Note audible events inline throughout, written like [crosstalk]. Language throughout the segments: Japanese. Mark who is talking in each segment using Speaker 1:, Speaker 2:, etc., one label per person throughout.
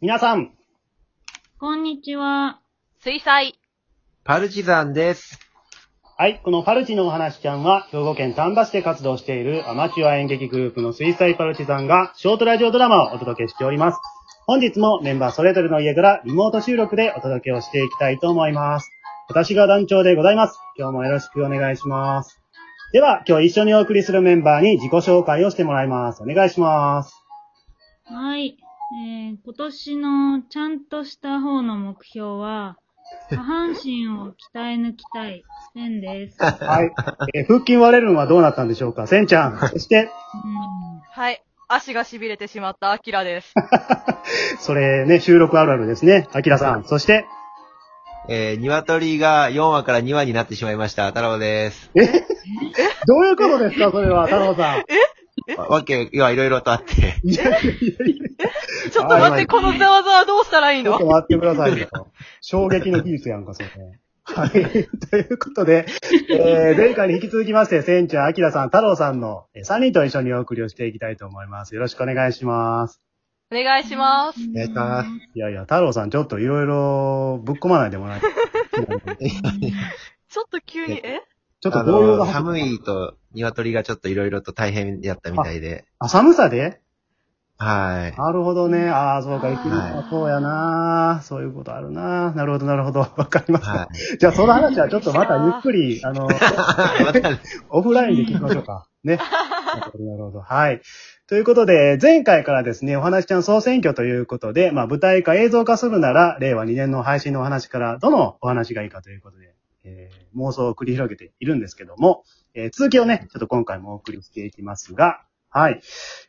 Speaker 1: 皆さん、
Speaker 2: こんにちは。
Speaker 3: 水彩。
Speaker 4: パルチザンです。
Speaker 1: はい、このパルチのお話ちゃんは、兵庫県丹波市で活動しているアマチュア演劇グループの水彩パルチさんが、ショートラジオドラマをお届けしております。本日もメンバーそれぞれの家からリモート収録でお届けをしていきたいと思います。私が団長でございます。今日もよろしくお願いします。では、今日一緒にお送りするメンバーに自己紹介をしてもらいます。お願いします。
Speaker 2: はい。えー、今年のちゃんとした方の目標
Speaker 1: [laughs]
Speaker 2: は、下半身を鍛え抜きたい、スペン
Speaker 1: [laughs]
Speaker 2: です。うん、
Speaker 1: はい。えー腹筋割れるのはどうなったんでしょうかせんちゃん。そして、
Speaker 3: はい。足が痺れてしまったアキラです。
Speaker 1: それね、収録あるあるですね。アキラさん。そして、
Speaker 4: えー、鶏が4話から2話になってしまいました。太郎です。
Speaker 1: どういうことですか、それは、太郎さん。
Speaker 4: わわけがいろいろとあって。
Speaker 1: いやいやいやい
Speaker 3: ちょっと待っ
Speaker 1: は
Speaker 3: て、
Speaker 1: い
Speaker 3: このざわざわどうしたらいい
Speaker 1: や、ちょっと
Speaker 3: の
Speaker 1: 待ってくださいよ。衝撃の技術やんか、それ。はい。 [laughs] ということで、えー、前回に引き続きまして、船長、アキラさん、太郎さんの3人と一緒にお送りをしていきたいと思います。よろしくお願いします。
Speaker 3: お願いします。
Speaker 4: 願いします
Speaker 1: いやいや、太郎さん、ちょっといろいろぶっ込まないでもらって。
Speaker 4: [laughs]
Speaker 3: ちょっと急に、え
Speaker 1: ちょっと
Speaker 4: あ
Speaker 1: 動揺
Speaker 4: の、
Speaker 1: が走っ
Speaker 4: 寒いと鶏がちょっといろいろと大変やったみたいで。
Speaker 1: あ、寒さで
Speaker 4: はい。
Speaker 1: なるほどね。ああ、そうか、
Speaker 3: はい
Speaker 1: いきなそうやなそういうことあるななるほど、なるほど。わかりま [laughs] した。
Speaker 4: はい。
Speaker 1: じゃあ、その話はちょっとまたゆっくり、あの、
Speaker 4: また
Speaker 1: オフラインで聞きましょうか。ね。なるほどなるほど。はい。ということで、前回からですね、お話しちゃん総選挙ということで、まあ、舞台化、映像化するなら、令和2年の配信のお話から、どのお話がいいかということで、えー妄想を繰り広げているんですけども、えー続きをね、ちょっと今回もお送りしていきますが、はい。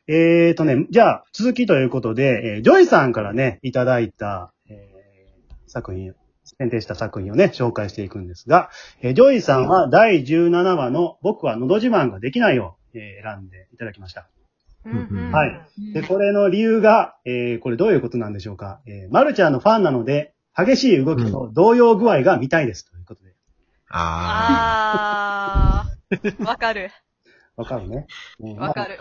Speaker 1: えーとね、じゃあ、続きということで、えージョイさんからね、いただいた、えー作品、選定した作品をね、紹介していくんですが、えージョイさんは第17話の僕はのど自慢ができないを、えー選んでいただきました。
Speaker 3: うんうん
Speaker 1: はいで、これの理由が、えーこれどういうことなんでしょうか。えーマルちゃんのファンなので、激しい動きと動揺具合が見たいです。ということで。
Speaker 4: あ
Speaker 3: あー。わかる。
Speaker 1: わかるね。うん
Speaker 3: わかる。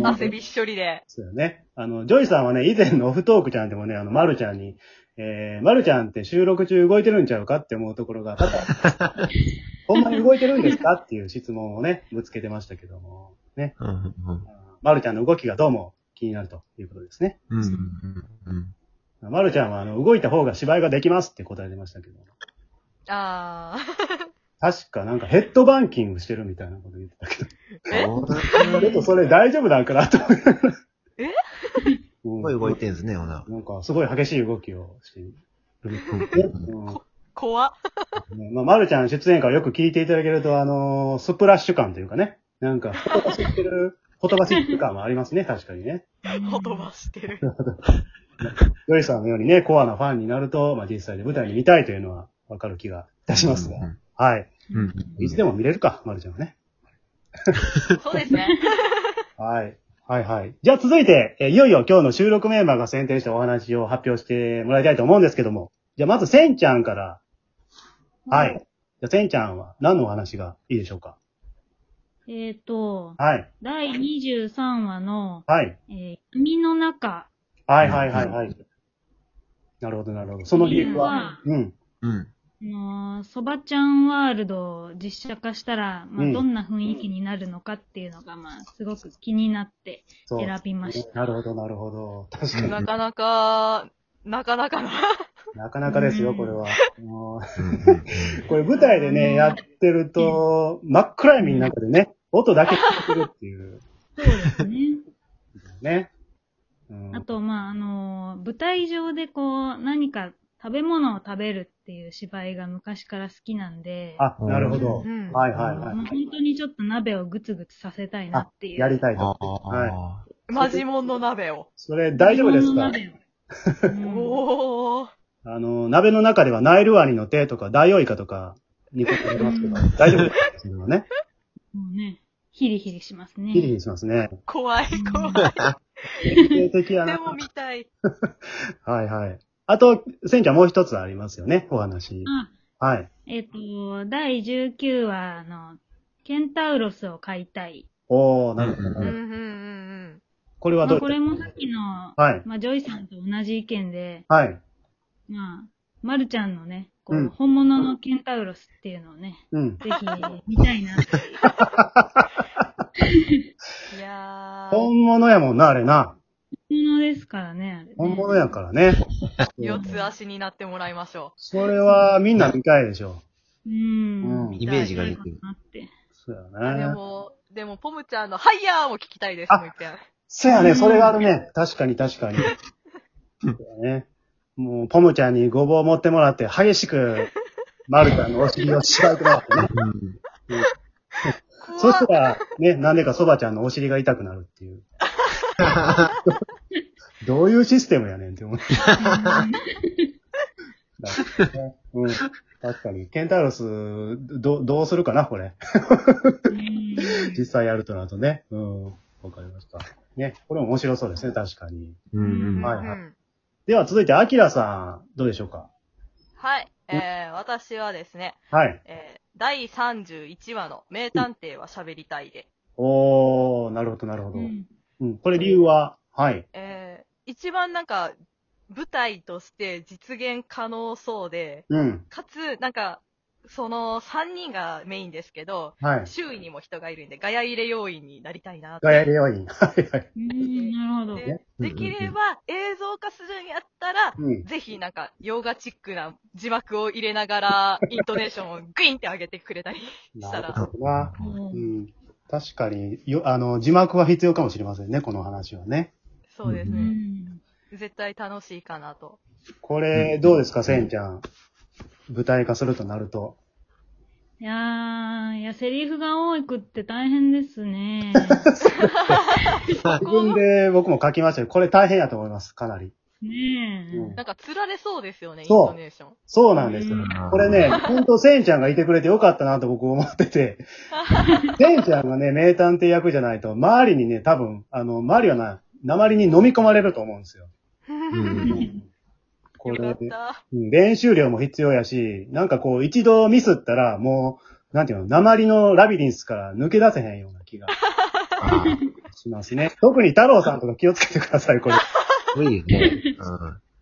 Speaker 1: まあ
Speaker 3: 汗びっしょりで。
Speaker 1: そうよね。あの、ジョイさんはね、以前のオフトークちゃんでもね、あの、まるちゃんに、えー、まるちゃんって収録中動いてるんちゃうかって思うところが多々あ
Speaker 3: [laughs]
Speaker 1: った、ほんまに動いてるんですかっていう質問をね、ぶつけてましたけども、ね、
Speaker 4: ー。うんうん
Speaker 1: まるちゃんの動きがどうも気になるということですね。
Speaker 4: うんうんうん
Speaker 1: まるちゃんは、あの、動いた方が芝居ができますって答えてましたけど、
Speaker 3: あ
Speaker 1: 確かなんかヘッドバンキングしてるみたいなこと言ってたけど、
Speaker 3: え
Speaker 1: ちょっとそれ大丈夫なんかなと思いながら。
Speaker 3: え
Speaker 1: う
Speaker 4: す
Speaker 1: ん
Speaker 4: ごい動いてんですね、ほな。
Speaker 1: なんか、すごい激しい動きをしている。うん
Speaker 3: ー。怖っ。
Speaker 1: ねまあ、まるちゃん出演からよく聞いていただけると、あのースプラッシュ感というかね。なんか、ほとばしってる、 [laughs] ほとばしってる感はありますね、確かにね。
Speaker 3: ほとばしてる。
Speaker 1: ヨイさんのようにね、コアなファンになると、まあ、実際に舞台に見たいというのはわかる気がいたしますが。
Speaker 4: うん
Speaker 1: はい。
Speaker 4: うんうん
Speaker 1: いつでも見れるか、まるちゃんはね。
Speaker 3: そうですね。
Speaker 1: はい。はいはい。じゃあ続いて、えいよいよ今日の収録メンバーが選定したお話を発表してもらいたいと思うんですけども。じゃあまず、せんちゃんから。はい。じゃあ、せんちゃんは何のお話がいいでしょうか
Speaker 2: えっ、ー、と、
Speaker 1: はい。
Speaker 2: 第23話の、
Speaker 1: はい。
Speaker 2: えー、海の中。
Speaker 1: はいはいはいはい。なるほどなるほど。その理由は。うん。
Speaker 4: うん。
Speaker 2: あのー、そばちゃんワールドを実写化したら、ま
Speaker 1: う
Speaker 2: あ、
Speaker 1: ん
Speaker 2: どんな雰囲気になるのかっていうのが、まあ、すごく気になって
Speaker 1: そう。
Speaker 2: 選びました。
Speaker 1: なるほどなるほど。確かに。
Speaker 3: なかなか、なかなかな。
Speaker 1: なかなかですよ、これは。も
Speaker 4: うんうん
Speaker 1: うこれ舞台でね、やってると、真っ暗闇の中でね、音だけ聞こえてるっていう。
Speaker 2: そうですね。
Speaker 1: ね。うん
Speaker 2: あと、まあ、あのー舞台上でこう、何か食べ物を食べるっていう芝居が昔から好きなんで、
Speaker 1: あ、なるほど
Speaker 3: う。ん。
Speaker 1: はいはいはい
Speaker 2: もう。本当にちょっと鍋をグツグツさせたいなっていう。
Speaker 1: やりたい
Speaker 4: あ
Speaker 1: と。 [laughs] はい。
Speaker 4: あ。
Speaker 3: マジモンの鍋を。
Speaker 1: それ大丈夫ですか [laughs]
Speaker 2: 日本の鍋をうん
Speaker 3: おー。
Speaker 1: あの、鍋の中ではナイルワニの手とかダイオウイカとかにこってますけど、大丈夫ですかそれはね。
Speaker 2: もうね、ヒリヒリしますね。
Speaker 1: ヒリヒリしますね。
Speaker 3: 怖い、怖い。
Speaker 1: 典型的や
Speaker 3: で
Speaker 1: な。
Speaker 3: も見たい。
Speaker 1: はいはい。あと、せんちゃんもう一つありますよね、お話。
Speaker 2: あ、
Speaker 1: はい。
Speaker 2: えっ、と、第19話の、ケンタウロスを飼いたい。
Speaker 1: おー、なるほど。
Speaker 4: うん
Speaker 3: うん、
Speaker 1: な
Speaker 3: う、
Speaker 1: んる
Speaker 3: うん、うん。
Speaker 1: これは
Speaker 2: ま
Speaker 1: ど
Speaker 2: あ、
Speaker 1: う
Speaker 2: これもさっきの、
Speaker 1: はい。
Speaker 2: まあ、ジョイさんと同じ意見で、
Speaker 1: はい。
Speaker 2: まあ、まるちゃんのね、こ
Speaker 1: うん
Speaker 2: う、本物のケンタウロスっていうのをね、
Speaker 1: うん。
Speaker 2: ぜひ
Speaker 1: [laughs]
Speaker 2: 見たいな。
Speaker 3: いやー、
Speaker 1: 本物やもんな、あれな。
Speaker 2: 本物ですからね、あれね。
Speaker 1: 本物やから
Speaker 2: [laughs]
Speaker 1: ね。
Speaker 3: 四つ足になってもらいましょ
Speaker 1: それはみんな見たいでしょ。
Speaker 2: う
Speaker 1: うん
Speaker 2: ん。
Speaker 4: イメージができ
Speaker 2: 見
Speaker 4: る。
Speaker 2: たいな
Speaker 1: [laughs]
Speaker 2: って。
Speaker 1: そう
Speaker 3: う。
Speaker 1: や
Speaker 3: で
Speaker 1: ね。
Speaker 3: も、でも、ポムちゃんの、ハイヤーも聞きたいです、
Speaker 1: あ
Speaker 3: もう一回。
Speaker 1: そうやね、それがあるね。確かに確かに。そうやね。もう、ポムちゃんにごぼう持ってもらって、激しく、マルちゃんのお尻をしばいてもらってね。
Speaker 4: うん
Speaker 1: そしたら、ね、なんでかそばちゃんのお尻が痛くなるっていう。どういうシステムやねんって思って。うん。確かに。ケンタウロス、ど、どうするかな、これ。
Speaker 2: うん
Speaker 1: 実際やるとなるとね。うん。わかりました。ね。これも面白そうですね、確かに。
Speaker 4: うんうん
Speaker 1: は
Speaker 3: はいい、
Speaker 1: はい
Speaker 3: うん
Speaker 1: では続いて、アキラさん、どうでしょうか
Speaker 3: はい。えー、私はですね、
Speaker 1: はい。
Speaker 3: えー、第31話の名探偵は喋りたいで、
Speaker 1: おー、なるほど、なるほど。
Speaker 2: う
Speaker 1: うん
Speaker 2: ん。、
Speaker 1: これ理由ははい。
Speaker 3: えー、一番なんか、舞台として実現可能そうで、
Speaker 1: うん。
Speaker 3: かつ、なんか、その3人がメインですけど、
Speaker 1: はい。
Speaker 3: 周囲にも人がいるんで、ガヤ入れ要員になりたいなって
Speaker 1: ガヤレオイン。はいはい。
Speaker 2: うんなるほど。
Speaker 3: で
Speaker 4: うん
Speaker 3: できれば映像化するんやったら、
Speaker 1: うん。
Speaker 3: ぜひなんか、洋画チックな字幕を入れながら、イントネーションをグインって上げてくれたりし
Speaker 1: な
Speaker 3: た
Speaker 1: る
Speaker 3: ら、
Speaker 1: ほどな。
Speaker 2: もう
Speaker 1: うん。確かに、よ、あの、字幕は必要かもしれませんね、この話はね。
Speaker 3: そうです
Speaker 2: う
Speaker 3: ね。
Speaker 2: ん
Speaker 3: 絶対楽しいかなと。
Speaker 1: これ、どうですか、せんちゃん。舞台化するとなると。
Speaker 2: いやー、いや、セリフが多くって大変で
Speaker 1: [laughs]
Speaker 2: すね。
Speaker 1: 自分で僕も書きましたけど、これ大変やと思います、かなり。
Speaker 2: ねえ。
Speaker 1: うん
Speaker 3: なんか、釣られそうですよね、イン
Speaker 1: そう
Speaker 3: トネーション。
Speaker 1: そうなんですよ
Speaker 2: うん。
Speaker 1: これね、ほんとせんちゃんがいてくれてよかったなと僕思ってて、せんちゃんがね、名探偵役じゃないと、周りにね、多分、あの、周りはな、鉛に飲み込まれると思うんですよ。
Speaker 3: [laughs]
Speaker 4: うんうんうん
Speaker 1: こ
Speaker 3: よ
Speaker 1: れ
Speaker 3: か
Speaker 1: で
Speaker 3: っ、た。
Speaker 1: うん練習量も必要やし、なんかこう、一度ミスったら、もう、なんていうの、鉛のラビリンスから抜け出せへんような気が
Speaker 4: あー
Speaker 1: しますね。特に太郎さんとか気をつけてください、これ。
Speaker 4: 無理ね。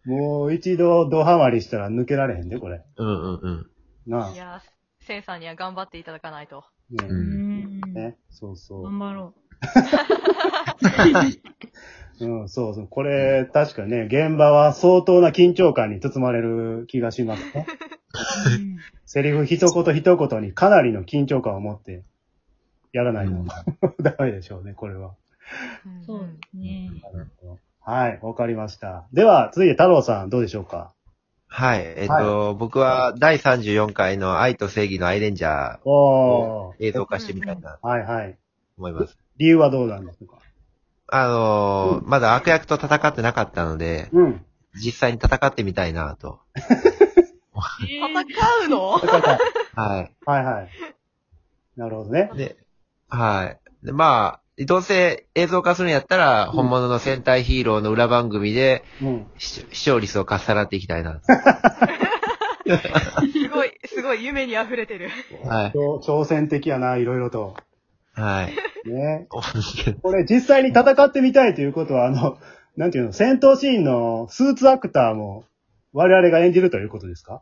Speaker 1: もう一度ドハマりしたら抜けられへんで、これ。
Speaker 4: うん。うんうんうん。
Speaker 1: なあ
Speaker 3: い。やー、センさんには頑張っていただかないと。
Speaker 1: ね
Speaker 4: う
Speaker 2: うんん。
Speaker 1: ね、そうそう。
Speaker 2: 頑張ろ
Speaker 1: うん、そうそう。これ、確かにね、現場は相当な緊張感に包まれる気がしますね。
Speaker 2: う。うん
Speaker 1: セリフ一言一言にかなりの緊張感を持ってやらないと、
Speaker 4: うん
Speaker 1: ダメでしょうね、これは。
Speaker 2: そうですね。
Speaker 1: はい、わかりました。では、続いて太郎さん、どうでしょうか
Speaker 4: はい。えっと、僕は第34回の愛と正義のアイレンジャー
Speaker 1: おー。
Speaker 4: 映像化してみたいなと
Speaker 1: はいはい。
Speaker 4: 思います。
Speaker 1: 理由はどうなんですか
Speaker 4: あのーまだ悪役と戦ってなかったので、
Speaker 1: うん。
Speaker 4: 実際に戦ってみたいなと。
Speaker 2: えー
Speaker 3: 戦うの
Speaker 4: は
Speaker 1: はいはい。なるほどね
Speaker 4: い。。で、はい。で、まあ、どうせ映像化するんやったら、本物の戦隊ヒーローの裏番組で
Speaker 1: うん。
Speaker 4: 視視聴率を重なっていきたいなと。
Speaker 3: すごい、すごい夢に溢れてる。
Speaker 4: はい。
Speaker 1: 挑 [laughs] 挑戦的やな、いろいろと。
Speaker 4: はい。
Speaker 1: ね。これ実際に戦ってみたいということは、あの、なんていうの、戦闘シーンのスーツアクターも我々が演じるということですか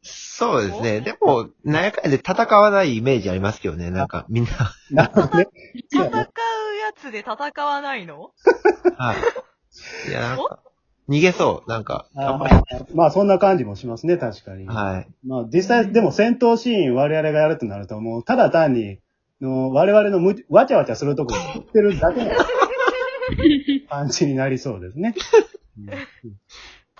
Speaker 4: そうですね。でも、なんやかんやで戦わないイメージありますけどね。なんか、みんな。
Speaker 1: なるほ [laughs] どね。
Speaker 3: 戦うやつで戦わないの
Speaker 4: はい。いや、なんか、逃げそう。なんか、あんまり。
Speaker 1: あーまあそんな感じもしますね、確かに。
Speaker 4: はい。
Speaker 1: まあ実際、でも戦闘シーン我々がやるとなると、もうただ単に、の我々のむわちゃわちゃするところを言ってるだけ
Speaker 3: [laughs]
Speaker 1: の感じになりそうですね。うん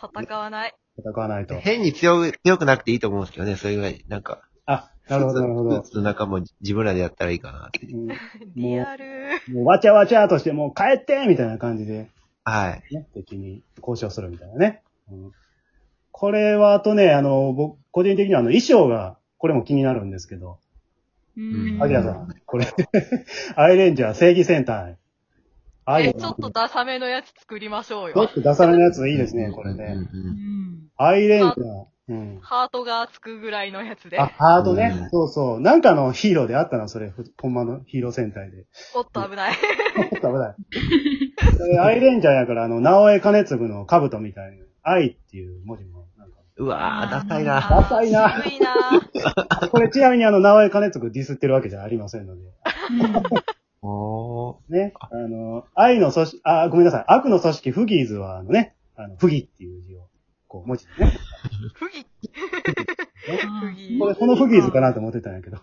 Speaker 3: 戦わない。
Speaker 1: 戦わないと。
Speaker 3: [laughs]
Speaker 4: 変に強く、強くなくていいと思うんですけどね。それぐらい、なんか。
Speaker 1: あ、なるほど、なるほど
Speaker 4: スー。ツの中も自分らでやったらいいかなって。
Speaker 1: うん
Speaker 3: リアル。
Speaker 1: もうわちゃわちゃとして、もう帰ってみたいな感じで。
Speaker 4: はい。
Speaker 1: ね、敵に交渉するみたいなね。うん、これは、あとね、あの、僕、個人的にはあの、衣装が、これも気になるんですけど、
Speaker 2: うん
Speaker 4: あ
Speaker 1: アキ
Speaker 4: り
Speaker 1: ラ
Speaker 4: が
Speaker 1: さ、
Speaker 4: とうん
Speaker 1: これ、 [laughs] アイレンジャー正義戦隊。アイ
Speaker 3: え、
Speaker 1: レン
Speaker 3: ち
Speaker 1: ジャ
Speaker 3: ょ
Speaker 1: ー
Speaker 3: っとダサめのやつ作りましょう
Speaker 1: ちょっ
Speaker 3: よ。
Speaker 1: とダサめのやついいですね、これ
Speaker 4: う
Speaker 1: ね。
Speaker 4: んうん
Speaker 2: う
Speaker 4: うん
Speaker 2: ん
Speaker 1: アイレンジャー。うん。
Speaker 3: ハートがつくぐらいのやつで
Speaker 1: あ、。ハートね。
Speaker 4: うん
Speaker 1: そうそう。なんかのヒーローであったな、それ。ほほんまのヒーロー戦隊で。 [laughs]
Speaker 3: おっと危ない。
Speaker 1: ちょっと危ない。えーアイレンジャーやから、あの、直江兼次の兜みたいに、愛っていう文字も、なんか、
Speaker 4: うわー、ダサい
Speaker 3: あ
Speaker 4: な。
Speaker 3: ー
Speaker 1: ダサいな
Speaker 3: 渋い [laughs] な。
Speaker 1: これちなみにあの、直江兼次ディスってるわけじゃありませんので、
Speaker 4: おー。
Speaker 1: ね、あの、愛の組織、あ、ごめんなさい、悪の組織、フギーズは、あのね、あの、不義っていう字を、こう、文字でね。
Speaker 3: 不義。
Speaker 1: これ、このフギーズかなと思ってたんやけど。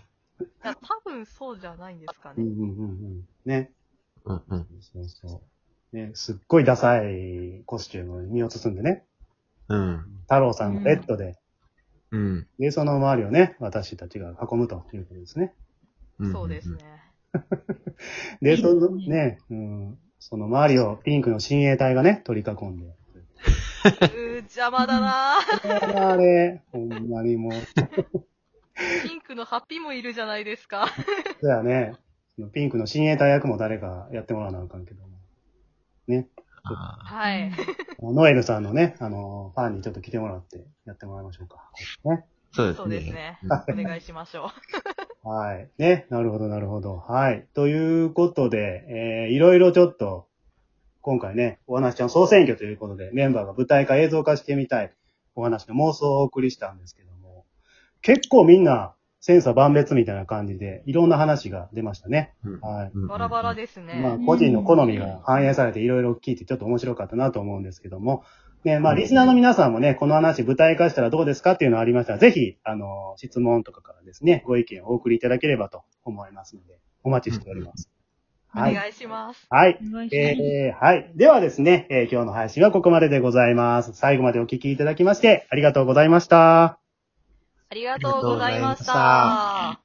Speaker 3: 多分そうじゃないんですか
Speaker 1: うんう
Speaker 3: ね
Speaker 1: ん。うんうん。ね。
Speaker 4: うんうん。
Speaker 1: そうそう。ね、すっごいダサいコスチュームに身を包んでね、
Speaker 4: うん。
Speaker 1: 太郎さんがレッドで、
Speaker 4: うん。
Speaker 1: で、その周りをね、私たちが囲むということですね。
Speaker 4: ん
Speaker 3: そうですね。。
Speaker 1: で、
Speaker 2: いい
Speaker 1: そ
Speaker 2: ですね
Speaker 1: のね、うん、その周りをピンクの親衛隊がね、取り囲んで。
Speaker 3: うー、邪魔だ [laughs] な。
Speaker 1: あれ、ほんまにもう、
Speaker 3: ピンクのハッピーもいるじゃないですか。
Speaker 1: そうやね、そのピンクの親衛隊役も誰かやってもらわなあかんけども。
Speaker 4: あ
Speaker 3: はい。
Speaker 1: ノエルさんのね、あの、ファンにちょっと来てもらってやってもらいましょうか。
Speaker 4: ーそうですね。
Speaker 3: そうですね。お願いしましょ
Speaker 1: はい。ね。なるほど、なるほど。はい。ということで、えー、いろいろちょっと、今回ね、お話ちゃん総選挙ということで、メンバーが舞台化、映像化してみたいお話の妄想をお送りしたんですけども、結構みんな、千差万別みたいな感じで、いろんな話が出ましたね。
Speaker 4: うん
Speaker 1: はい。
Speaker 3: う。バラバラ
Speaker 4: で。
Speaker 3: です
Speaker 1: まあ、
Speaker 3: ね。
Speaker 1: 個人の好みが反映されていろいろ聞いてちょっと面白かったなと思うんですけども、ね、まあ、リスナーの皆さんもね、この話舞台化したらどうですかっていうのがありましたら、ぜひ、あの、質問とかからですね、ご意見をお送りいただければと思いますので、お待ちしております。
Speaker 3: お
Speaker 1: は
Speaker 3: 願
Speaker 1: い。
Speaker 3: いします。
Speaker 1: はい。
Speaker 2: お願いします。
Speaker 1: えー、はい。ではですね、えー今日の配信はここまででございます。最後までお聞きいただきまして、ありがとうございました。
Speaker 3: ありがとうございまし
Speaker 4: ありがとうございま
Speaker 3: た。